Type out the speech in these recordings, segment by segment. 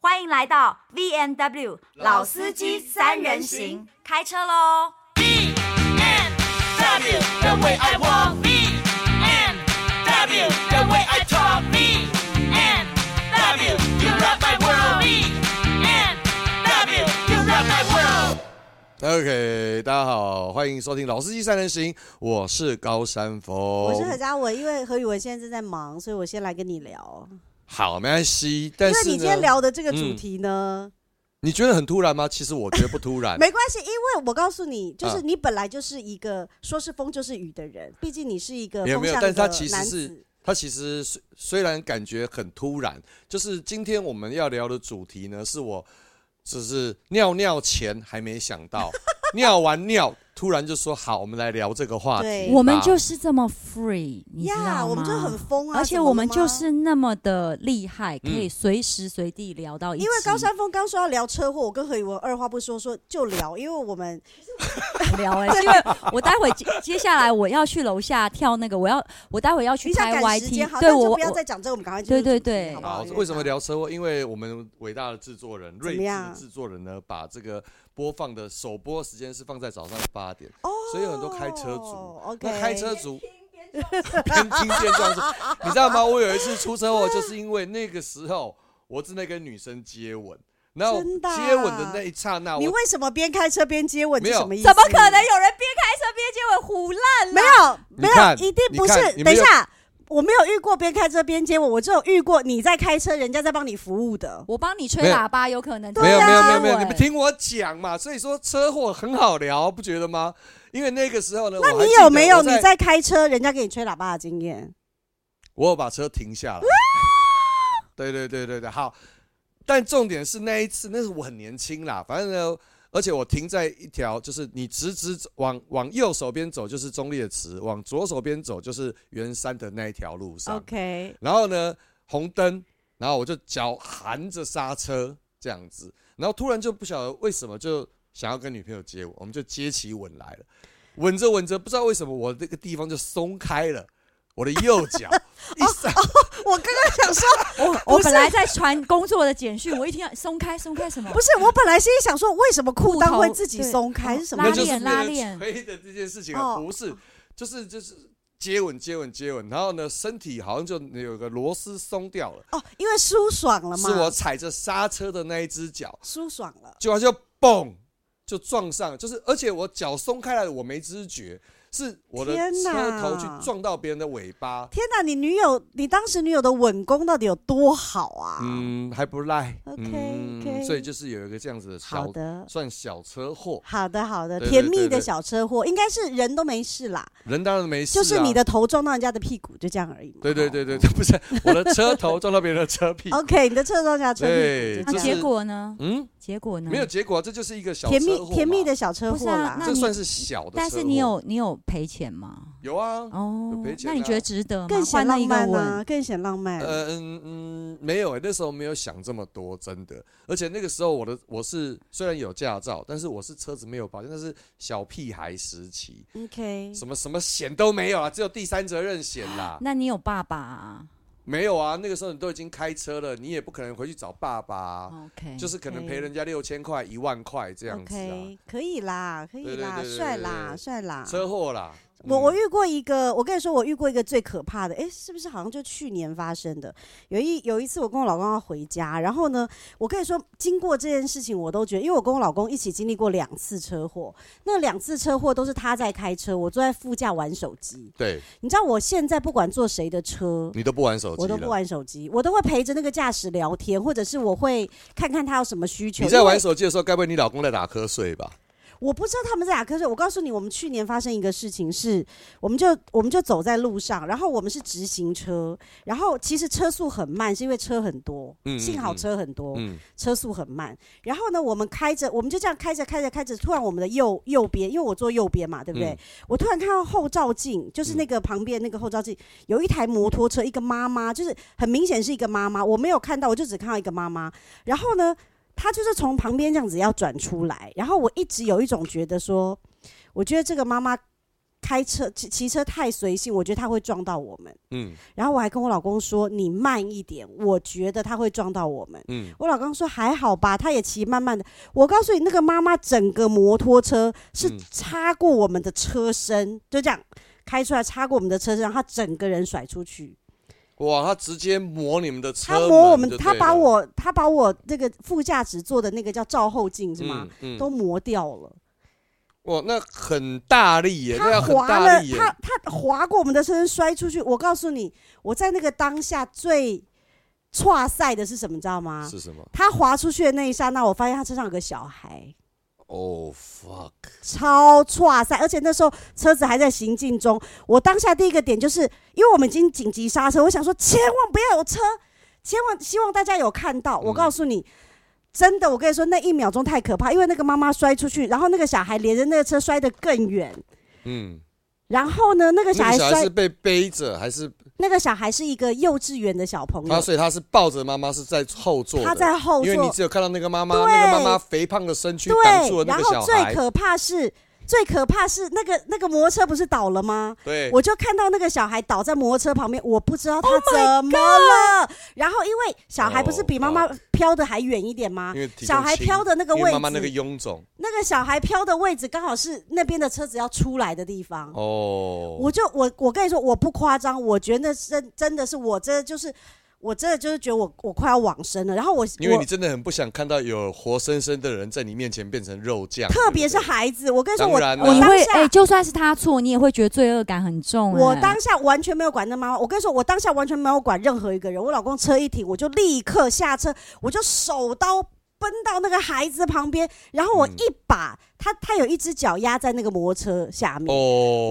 欢迎来到 V N W 老司机三人行，开车喽！ BMW, the way I walk. BMW, the way I talk. BMW, you rock my world. BMW, you rock my world. OK，大家好，呃欢迎收听《老司机三人行》，我是高山峰，我是何嘉文，因为何宇文现在正在忙，所以我先来跟你聊。好，没关系。因但为是你呢，今天聊的这个主嗯题呢，你觉得很突然吗？其实我觉得不突然。没关系，因为我告诉你，就是啊你本来就是一个说是风就是雨的人，毕竟你是一个没有风没有向但的是他其实男是子。它其实虽虽然感觉很突然，就是今天我们要聊的主题呢，是我就是尿尿前还没 想到，尿完尿突然就说好，我们来聊这个话题对吧。我们就是这么 free，你知道呀吗？我们就很疯啊，而且怎么了我们吗就是那么的厉害，可以嗯随时随地聊到一起。因为高山峰刚说要聊车祸，我跟何宇文二话不说说就聊，因为我们聊哎、 是因为我待会接接下来我要去楼下跳那个，我要我待会要去你想拍赶时间，好， YT，那对就我不要我再讲这个，我们赶快进入对主题对对好不好好？，为什么？聊车祸？因为我们伟大的制作人、么睿智的样制作人呢，把这个播放的首播时间是放在早上八点，哦，所以有很多开车族。 ，OK，那开 车族边听边撞车，你知道吗？我有一次出车祸，就是因为那个时候我正在跟女生接吻，然后真的啊接吻的那一刹那，你啊我为什么边开车边接吻？没这有什么意思？怎么可能有人边开车边接吻胡烂 没了？有，你没有，看一定不你看是。你等没一有下，我没有遇过边开车边接我，我只有遇过你在开车，人家在帮你服务的。我帮你吹没有喇叭，有可能对没有啊没有没接有没有，吻你们听我讲嘛。所以说车祸很好聊，不觉得吗？因为那个时候呢，那我还你记得有没有我你在？在开车，人家给你吹喇叭的经 验？我有把车停下来。对对对对对，好。但重点是那一次，那是我很年轻啦，反正呢，而且我停在一条，就是你直直往往右手边走就是中立的池，往左手边走就是圆山的那一条路上。 OK，然后呢，红灯，然后我就脚含着刹车这样子，然后突然就不晓得为什么就想要跟女朋友接吻，我们就接起吻来了，吻着吻着，不知道为什么我这个地方就松开了，我的右脚一闪，哦我刚刚想说，我不是本来在传工作的简讯，我一听到松开松开什么不？是，我本来心里想说，为什么裤裆会自己对松开是什么拉 那意就思？是链别拉人链吹的这件事情哦啊，不是，就是就是。接吻，接吻，接吻，然后呢，身体好像就有个螺丝松掉了，哦，因为舒爽了嘛，是我踩着刹车的那一只脚，舒爽了。结果它就嘣就撞上，就是而且我脚松开了，我没知觉，是我的天车哪头去撞到别人的尾巴，天哪，你女友，你当时女友的吻功到底有多好啊？嗯，还不赖 OK，嗯 OK 所以就是有一个这样子的好小的，算小车祸，好的，好的，对对甜对蜜的对小车祸，应该是人都没事啦。人当然没事、啊，就是你的头撞到人家的屁股，就这样而已嘛。对对对哦对对，不是我的车头撞到别人的车 屁， OK，你的车撞下车对屁股，那就就是这结样。果呢？嗯，结果呢？没有结果，这就是一个小甜车蜜祸甜蜜嘛，的小车不祸是啊啦。那这你算是小的车祸，但是你有你有赔钱吗？有啊，哦有赔，钱那你啊觉得值得吗？更换显了浪一个漫吻，。啊，更显浪漫。呃嗯嗯，没有哎、那时候没有想这么多，真的。而且那个时候我的我是虽然有驾照，但是我是车子没有保险，但是小屁孩时期， OK，什么什么险都没有啊，只有第三责任险啦嗯那你有爸爸、啊、没有啊，那个时候你都已经开车了，你也不可能回去找爸爸哦啊、 ？OK，就是可能 OK 赔人家六千块、一万块这样子啊。哎 OK，可以啦，可以对对啦，对对帅对啦，对帅啦。车祸啦，我我嗯遇过一个，我跟你说，我遇过一个最可怕的，诶，是不是好像就去年发生的？有一有一次，我跟我老公要回家，然后呢，我跟你说，经过这件事情，我都觉得，因为我跟我老公一起经历过两次车祸，那两次车祸都是他在开车，我坐在副驾玩手机。对你知道，我现在不管坐谁的车，你都不玩手机我都了，不玩手机，我都会陪着那个驾驶聊天，或者是我会看看他有什么需求。你在玩因为手机的时候，该不会你老公在打瞌睡吧？我不知道他们在打瞌睡。我告诉你，我们去年发生一个事情是，我们就我们就走在路上，然后我们是直行车，然后其实车速很慢，是因为车很多，嗯嗯幸好车很多，嗯，车速很慢。然后呢，我们开着，我们就这样开着开着开着，突然我们的右右边，因为我坐右边嘛，对不对？嗯我突然看到后照镜，就是那个旁边那个后照镜，有一台摩托车，一个妈妈，就是很明显是一个妈妈，我没有看到，我就只看到一个妈妈。然后呢，她就是从旁边这样子要转出来，然后我一直有一种觉得说，我觉得这个妈妈。开车骑骑车太随性，我觉得他会撞到我们。嗯然后我还跟我老公说：“你慢一点，我觉得他会撞到我们。”嗯，我老公说：“还好吧，他也骑慢慢的。”我告诉你，那个妈妈整个摩托车是嗯擦过我们的车身，就这样开出来擦过我们的车身，然后她整个人甩出去。哇，他直接磨你们的车他门就对了，磨我们，他把我他把我那个副驾驶座的那个叫照后镜是吗？嗯？嗯都磨掉了。哇，那很大力耶，那他要很划大了力，耶。他他划过我们的车身摔出去。我告诉你，我在那个当下最挫赛的是什么，你知道吗？是什么？他滑出去的那一刹那，我发现他车上有个小孩，哦、fuck！超挫赛，而且那时候车子还在行进中。我当下第一个点就是，因为我们已经紧急刹车，我想说千万不要有车，千万希望大家有看到。我告诉你。真的，我跟你说，那一秒钟太可怕，因为那个妈妈摔出去，然后那个小孩连着那个车摔得更远，嗯，然后呢，那个那小个孩小摔，孩是被背着还是那个小孩是一个幼稚园的小朋他？友，所以他是抱着妈妈，是在后座的。他在后因为你座，只有看到那个妈妈，对那个妈妈肥胖的身躯挡住对，了那然个后小最孩。可怕是，最可怕是那个那个摩托车不是倒了吗？对，Oh 我就看到那个小孩倒在摩托车旁边，我不知道他怎么了。然后因为小孩不是比妈妈哦飘的还远一点吗因为？体重小孩嗯轻飘的那个因位为置，妈妈那个臃肿。那个小孩飘的位置刚好是那边的车子要出来的地方。哦，我就我我跟你说，我不夸张，我觉得真真的是我真的就是我真的就是觉得我我快要往生了。然后我因为我你真的很不想看到有活生生的人在你面前变成肉酱，特别是对不对孩子，我跟你说，我当然啦我你当会下、哎、就算是他错，你也会觉得罪恶感很重、哎我当下完全没有管那妈妈，我跟你说，我当下完全没有管任何一个人。我老公车一停，我就立刻下车，我就手刀奔到那个孩子旁边，然后我嗯一把、他，他有一只脚压在那个摩托车下面。哦，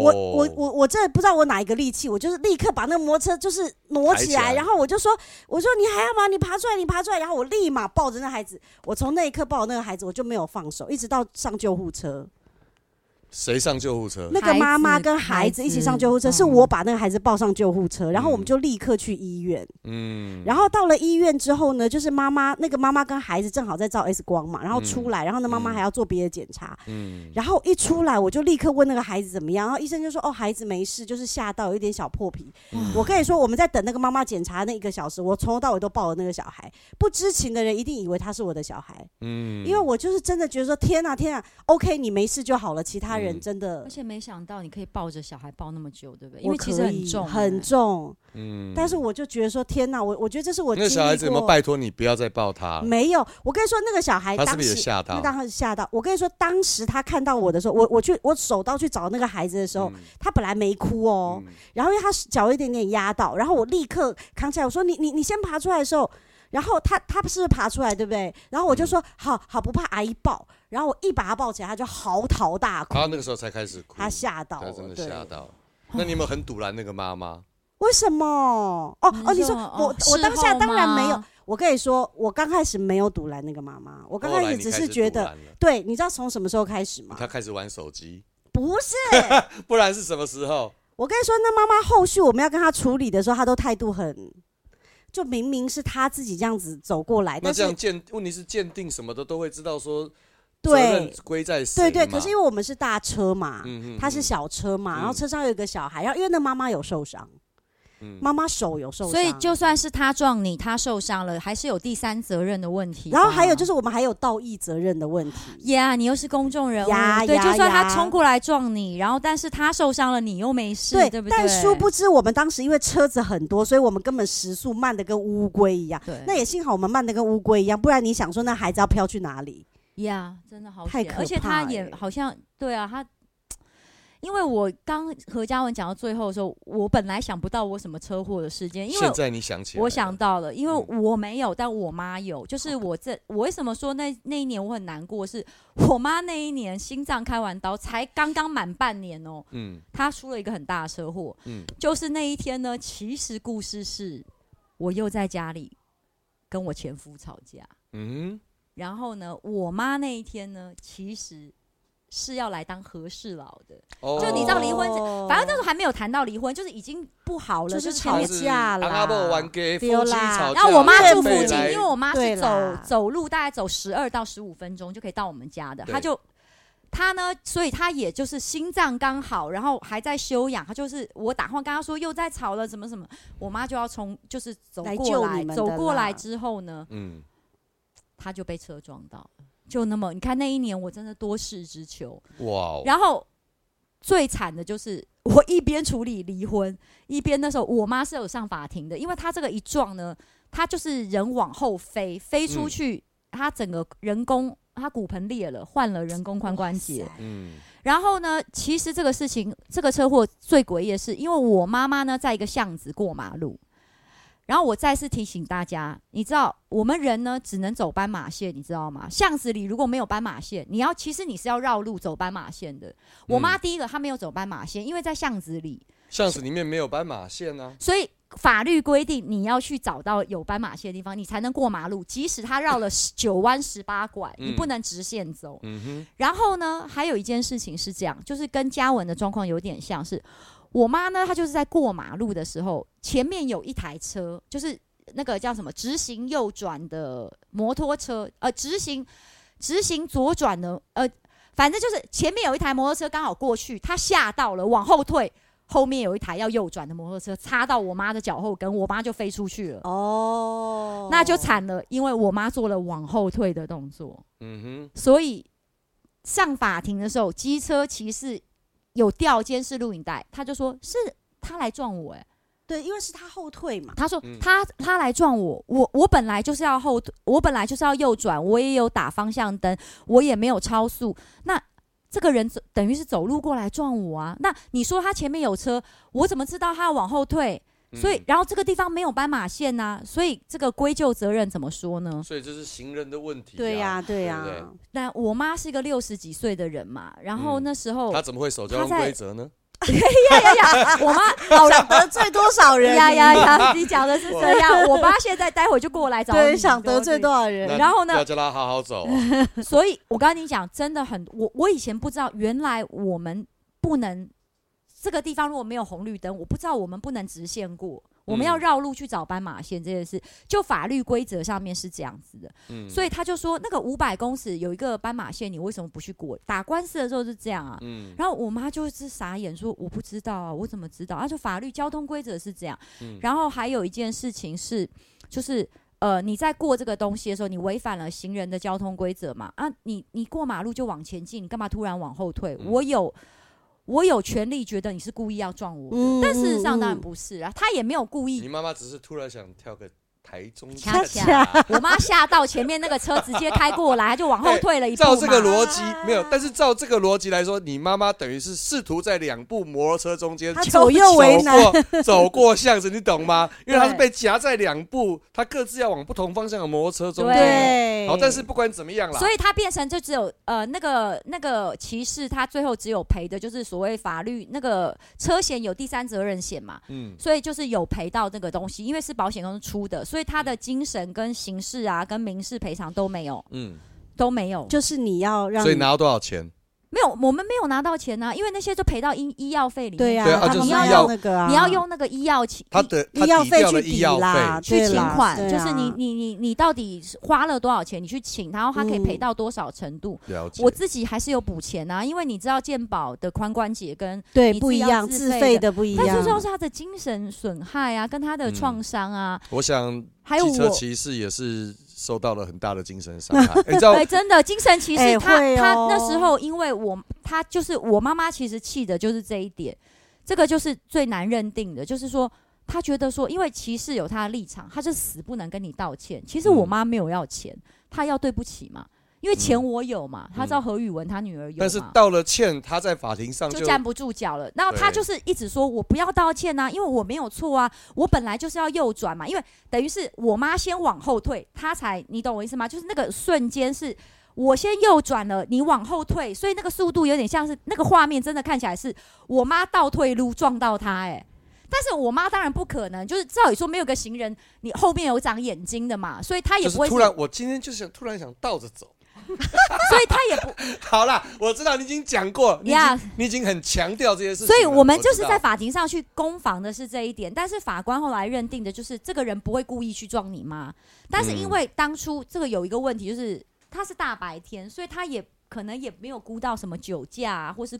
我我我我真的不知道我哪一个力气，我就是立刻把那个摩托车就是挪抬起起来来，然后我就说，我说你还要吗？你爬出来，你爬出来，然后我立马抱着那孩子，我从那一刻抱着那个孩子，我就没有放手，一直到上救护车。谁上救护车？那个妈妈孩子跟孩子一起上救护车，孩子是我把那个孩子抱上救护车，然后我们就立刻去医院。嗯，然后到了医院之后呢，就是妈妈那个妈妈跟孩子正好在照 X 光嘛，然后出来，然后呢妈妈还要做别的检查，嗯然后一出来我就立刻问那个孩子怎么样，然后医生就说哦孩子没事，就是吓到有一点小破皮。我跟你说，我们在等那个妈妈检查那一个小时，我从头到尾都抱着那个小孩，不知情的人一定以为他是我的小孩，嗯因为我就是真的觉得说天啊天啊，OK 你没事就好了，其他人嗯真的而。且没想到你可以抱着小孩抱那么久，对不对？因我为其实可很以重、很哎。重。嗯但是我就觉得说，天哪，我我觉得这是我那小经历孩子有没有过拜托你不要再抱他了？没有，我跟你说，那个小孩他当是时不是也吓到那当时吓到。我跟你说，当时他看到我的时候，我我去我手刀去找那个孩子的时候，嗯他本来没哭哦，然后因为他脚有一点点压到，然后我立刻扛起来，我说你你你先爬出来的时候。然后他他是不是爬出来，对不对？然后嗯我就说、好好不怕阿姨抱，然后我一把他抱起来，他就嚎啕大哭，他那个时候才开始哭，他吓到他了，真的对吓到。那你有没有很堵拦那个妈妈？为什么？哦哦，你说我、我当下当然没有，我跟你说，我刚开始没有堵拦那个妈妈，我刚后开来始你只开是始觉堵得，拦了，对，你知道从什么时候开始吗？他开始玩手机，不是，不然是什么时候？我跟你说，那妈妈后续我们要跟她处理的时候，她都态度很，就明明是她自己这样子走过来，那哎但是这样鉴，问题是鉴定什么的都会知道说责任对归在谁对嘛。对，可是因为我们是大车嘛，嗯嗯她是小车嘛，然后嗯车上有一个小孩，然后因为那妈妈有受伤，嗯妈妈手有受伤，所以就算是他撞你，他受伤了，还是有第三责任的问题吧。然后还有就是我们还有道义责任的问题。呀你又是公众人物呀对呀就算他呀冲过来撞你，然后但是他受伤了，你又没事，对不对？但殊不知我们当时因为车子很多，所以我们根本时速慢的跟乌龟一样。对，那也幸好我们慢的跟乌龟一样，不然你想说那孩子要飘去哪里？呀真的好太险可而且他怕也欸好像对啊，他因为我刚何嘉文讲到最后的时候，我本来想不到我什么车祸的事件，因为现在你想起来了，我想到了，因为嗯我没有，但我妈有。就是我这，我为什么说那那一年我很难过？是我妈那一年心脏开完刀，才刚刚满半年哦，嗯她出了一个很大的车祸。嗯就是那一天呢，其实故事是我又在家里跟我前夫吵架，嗯，然后呢，我妈那一天呢，其实是要来当和事佬的。哦就你知道离婚是哦反正那时候还没有谈到离婚，就是已经不好了，就是前面吵架啦阿伯玩给夫对啦妻吵架，然后我妈住就附妹近，来因为我妈是对走啦走路大概走十二到十五分钟就可以到我们家的，对她就他呢，所以他也就是心脏刚好，然后还在休养。他就是我打电话跟他说又在吵了，怎么怎么，我妈就要冲，就是走来过救来，你们走的过啦来之后呢，嗯，他就被车撞到了。就那么，你看那一年我真的多事之秋。哇哦，然后最惨的就是我一边处理离婚，一边那时候我妈是有上法庭的，因为她这个一撞呢，她就是人往后飞，飞出嗯去，她整个人工她骨盆裂了，换了人工髋关节。嗯然后呢，其实这个事情，这个车祸最诡异的是，因为我妈妈呢在一个巷子过马路，然后我再次提醒大家，你知道我们人呢只能走斑马线，你知道吗？巷子里如果没有斑马线，你要其实你是要绕路走斑马线的。我妈第一个她没有走斑马线，因为在巷子里，巷子里面没有斑马线啊，所以。法律规定，你要去找到有斑马线的地方，你才能过马路。即使她绕 了十九弯十八拐，你嗯不能直线走。嗯哼，然后呢，还有一件事情是这样，就是跟嘉文的状况有点像是，我妈呢，她就是在过马路的时候，前面有一台车，就是那个叫什么直行右转的摩托车，呃，直行直行左转的，呃，反正就是前面有一台摩托车刚好过去，她吓到了，往后退。后面有一台要右转的摩托车插到我妈的脚后跟，我妈就飞出去了，哦，那就惨了，因为我妈做了往后退的动作。嗯所以上法庭的时候，机车骑士有调监视录影带，他就说是他来撞我、欸，对，因为是他后退嘛，他说嗯他他来撞我，我我本来就是要后，我本来就是要右转，我也有打方向灯，我也没有超速，那。这个人走等于是走路过来撞我啊！那你说他前面有车，我怎么知道他要往后退？哼，所以，然后这个地方没有斑马线呐、所以这个归咎责任怎么说呢嗯，？所以这是行人的问题、啊啊对呀、呀、对呀、对不那我妈是一个六十几岁的人嘛，然后嗯那时候、他怎么会守交通他在规则呢？ 呀呀，我妈老人想得罪多少人？呀呀 呀，你讲的是这样。我妈现在待会就过来找你，对，想得罪多对少那人？然后呢要叫他好好走啊、不对？所以我跟你讲，真的很，我我以前不知道，原来我们不能这个地方如果没有红绿灯，我不知道我们不能直线过。我们要嗯绕路去找斑马线这件事，就法律规则上面是这样子的，嗯，所以，以他就说那个五百公尺有一个斑马线，你为什么不去过？打官司的时候是这样啊，嗯然后我妈就是傻眼说：“我不知道啊，我怎么知道？”她说：“法律交通规则是这样。嗯然后还有一件事情是，就是呃，你在过这个东西的时候，你违反了行人的交通规则嘛？啊，你你过马路就往前进，你干嘛突然往后退？嗯我有我有权利觉得你是故意要撞我，嗯但事实上当然嗯不是啊，他也没有故你意。妈妈只是突然想跳个台中恰恰恰我妈吓到前面那个车直接开过来，她就往后退了一步嘛。哎照这个逻辑没有，但是照这个逻辑来说，你妈妈等于是试图在两部摩托车中间 她左右为难走过走过巷子，你懂吗？因为她是对被夹在两部，她各自要往不同方向的摩托车中间。对，好，但是不管怎么样啦，所以他变成就只有呃那个那个骑士，他最后只有赔的就是所谓法律那个车险有第三责任险嘛，嗯，所以就是有赔到那个东西，因为是保险公司出的，所以他的精神跟刑事啊跟民事赔偿都没有嗯，都没有，就是你要让所以你拿到多少钱？没有我们没有拿到钱呐、因为那些就赔到医医药费里面，对呀、对啊他就是们要要那个啊，你要用那个医药去她的医她药抵费掉去了医抵药啦，费，去对请啦款，对就是你啊你你你到底花了多少钱，你去请，然后他可以赔到多少程度，了解我。自己还是有补钱啊，因为你知道健保的髋关节跟，对你不自一己要样，自自费费的的不一但最样重。要是他的精神损害啊，跟他的嗯创伤啊，我想还有汽车我，骑士也是受到了很大的精神伤害。你知道对，哎真的精神歧视哎他，会他哦那时候因为我，他就是我妈妈，其实气的就是这一点，这个就是最难认定的，就是说。他觉得说，因为歧视有他的立场，他就死不能跟你道歉。其实我嗯妈没有要钱，她要对不起嘛，因为钱我有嘛，她知道何宇文她女儿有嘛。但是到了欠，他在法庭上就就站不住脚了。然后他对就是一直说我不要道歉呐、因为我没有错啊，我本来就是要右转嘛，因为等于是我妈先往后退，他才你懂我意思吗？就是那个瞬间是。我先右转了，你往后退，所以那个速度有点像是那个画面，真的看起来是我妈倒退路撞到他、哎，但是我妈当然不可能，就是照理说没有个行人，你后面有长眼睛的嘛，所以她也就是不会突然，我今天就想突然想倒着走。所以她也不，好啦，我知道你已经讲过 了，你已经 Yeah 你已经很强调这些事情了。所以我们就是知道在法庭上去攻防的是这一点，但是法官后来认定的就是这个人不会故意去撞嗯你妈，但是因为当初这个有一个问题，就是他是大白天，所以他也可能也没有估到什么酒驾、啊，或是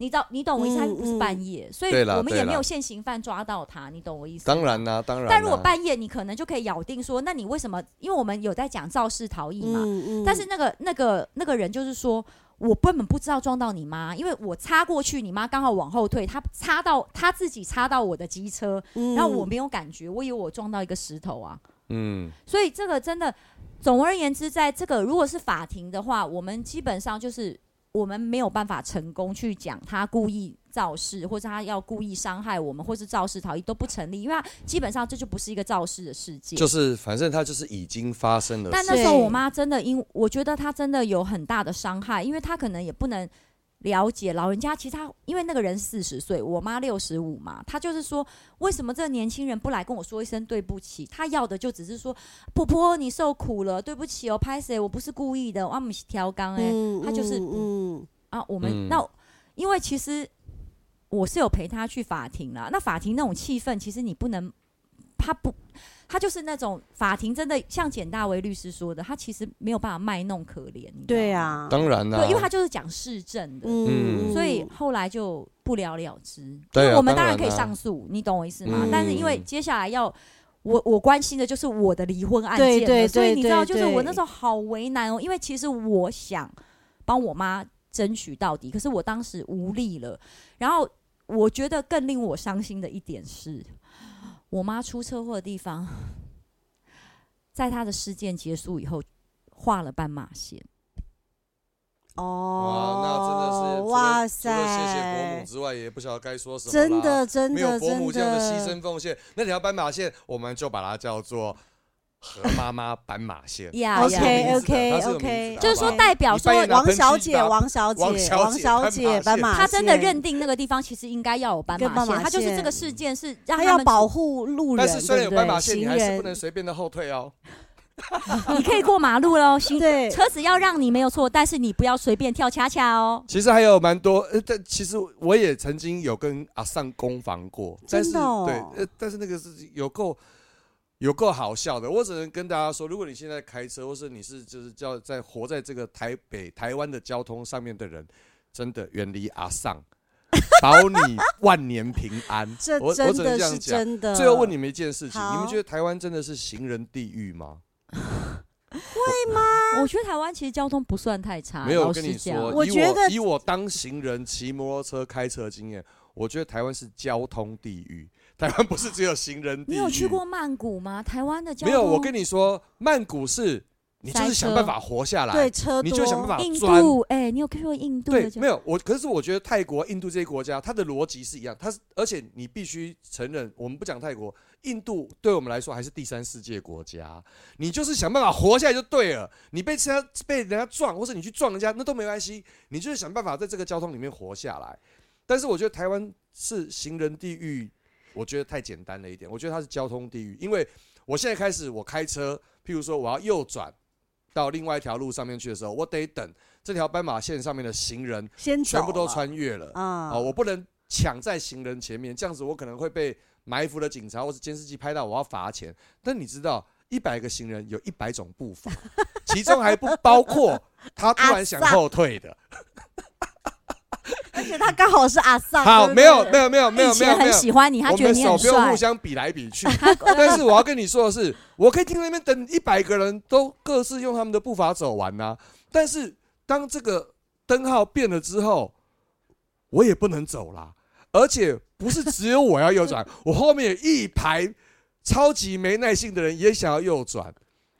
你知道你懂我意思，他嗯不是半夜，所以对啦我们也对啦没有现行犯抓到他，你懂我意思？当。然啦、当然啦、但如果半夜，你可能就可以咬定说，那你为什么？因为我们有在讲肇事逃逸嘛，嗯但是那个那个那个人就是说。我根本不知道撞到你妈，因为我擦过去，你妈刚好往后退，她擦到她自己擦到我的机车，嗯然后我没有感觉，我以为我撞到一个石头啊。嗯，所以这个真的，总而言之，在这个如果是法庭的话，我们基本上就是我们没有办法成功去讲他故意肇事，或者他要故意伤害我们，或是肇事逃逸都不成立，因为他基本上这就不是一个肇事的事件。就是反正它就是已经发生了但事，那时候对我妈真的因，我觉得她真的有很大的伤害，因为她可能也不能了解老人家。其实她因为那个人四十岁，我妈六十五嘛，她就是说，为什么这个年轻人不来跟我说一声对不起？她要的就只是说，婆婆你受苦了，对不起哦，拍谁？我不是故意的，我们是调缸哎、嗯他就是嗯啊，我们、嗯那因为其实我是有陪他去法庭啦。那法庭那种气氛，其实你不能，他不，他就是那种法庭真的像简大为律师说的，他其实没有办法卖弄可怜。你知道对吗，啊，当然啦、对，因为他就是讲市政的。嗯所以后来就不了了之。对啊因为我们当当然然可以啊上诉，你懂我意思吗？嗯但是因为接下来要。我我关心的就是我的离婚案件对了对所以对你知道，对就是我对那时候好为难哦，因为其实我想帮我妈争取到底，可是我当时无力了。然后我觉得更令我伤心的一点是，我妈出车祸的地方， 在她的事件结束以后画了斑马线。哦，哇，那真的是除了哇除了谢谢伯塞母，之外，也不晓得该说什么啦真的真没有的伯真母这样的牺的，牲奉献，那条斑马线我们就把它叫做何妈妈斑马线。呀 OK，呃呀 OK，啊它是有名字的它是有 OK 名字的就是好说不好代表你说半夜拿王喷漆小姐，打王小王姐，小王姐小斑姐，斑马线马线，他真的认定那个地方其实应该要有斑跟马斑线，马他就是线这个事件是让他们要去保，护路人，但是虽然有对不斑对马线，你行还是不能人，随便的后退哦。 你可以过马路喽，行， 对车子要让你没有错，但是你不要随便跳恰恰哦。其实还有蛮多，呃，但其实我也曾经有跟阿尚攻防过，但是真的哦对，呃，但是那个是有够有够好笑的。我只能跟大家说，如果你现在开车，或是你是就是叫在活在这个台北台湾的交通上面的人，真的远离阿 尚，保你万年平安。这我我真只能的这样是讲。真的。最后问你们一件事情，好你们觉得台湾真的是行人地狱吗？我觉得台湾其实交通不算太差，没有，啊老我跟实你讲，说，我以觉得以我当行人骑摩托车开车的经验，我觉得台湾是交通地狱。台湾不是只有行人地狱。你有去过？曼谷吗？台湾的交没通有，我跟你说，曼谷是，你就是想办法活下对来，车多，你就想办法印钻。度，哎、你有去过印度对的，交没有我，可是我觉得泰国、印度这些国家，它的逻辑是一样，它是而且你必须承认，我们不讲泰国，印度对我们来说还是第三世界国家，你就是想办法活下来就对了，你被车被人家撞，或者你去撞人家那都没关系，你就是想办法在这个交通里面活下来。但是我觉得台湾是行人地狱，我觉得太简单了一点，我觉得它是交通地狱，因为我现在开始我开车，譬如说我要右转。到另外一条路上面去的时候，我得等这条斑马线上面的行人先全部走都了穿越了。啊哦，我不能抢在行人前面，这样子我可能会被埋伏的警察或是监视器拍到，我要罚钱。但你知道，一百个行人有一百种 步伐，其中还不包括他突然想后退的。而且他刚好是阿桑，好，啊对不没对有，没有，没 以有，没有，没有，前没很有。喜欢你，他我觉得们你手很不用帅互。相比 来比去，但是我要跟你说的是，我可以听那边等一百个人都各自用他们的步伐走完呐、啊但是当这个灯号变了之后，我也不能走啦。而且不是只有我要右转， 我后面有一排超级没耐性的人也想要右转，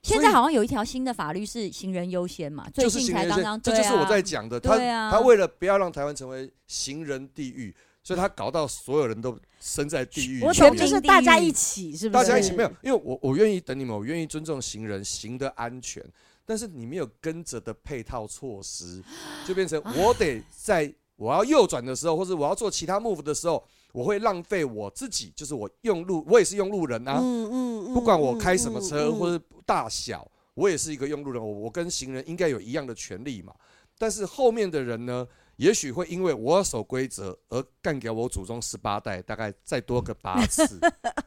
现所以在好像有一条新的法律是行人优先嘛，最就是近行才人刚刚，这对就是我啊在讲的。对啊他他为了不要让台湾成为行人地狱，所以他搞到所有人都身在地狱里面。我全懂，民就是地大家嗯狱一起，是不大是？家一起没有，因为我我愿意等你们，我愿意尊重行人行的安全，但是你没有跟着的配套措施，就变啊成我得在我要右转的时候，或者我要做其他 move 的时候，我会浪费我自己，就是我用路，我也是用路人啊，嗯嗯嗯不管我开什么车嗯嗯或者大小，我也是一个用路人，我我跟行人应该有一样的权利嘛。但是后面的人呢，也许会因为我要守规则而干掉我祖宗十八代，大概再多个八次。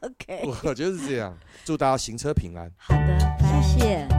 OK，我觉得是这样。祝大家行车平安。好的，拜谢谢。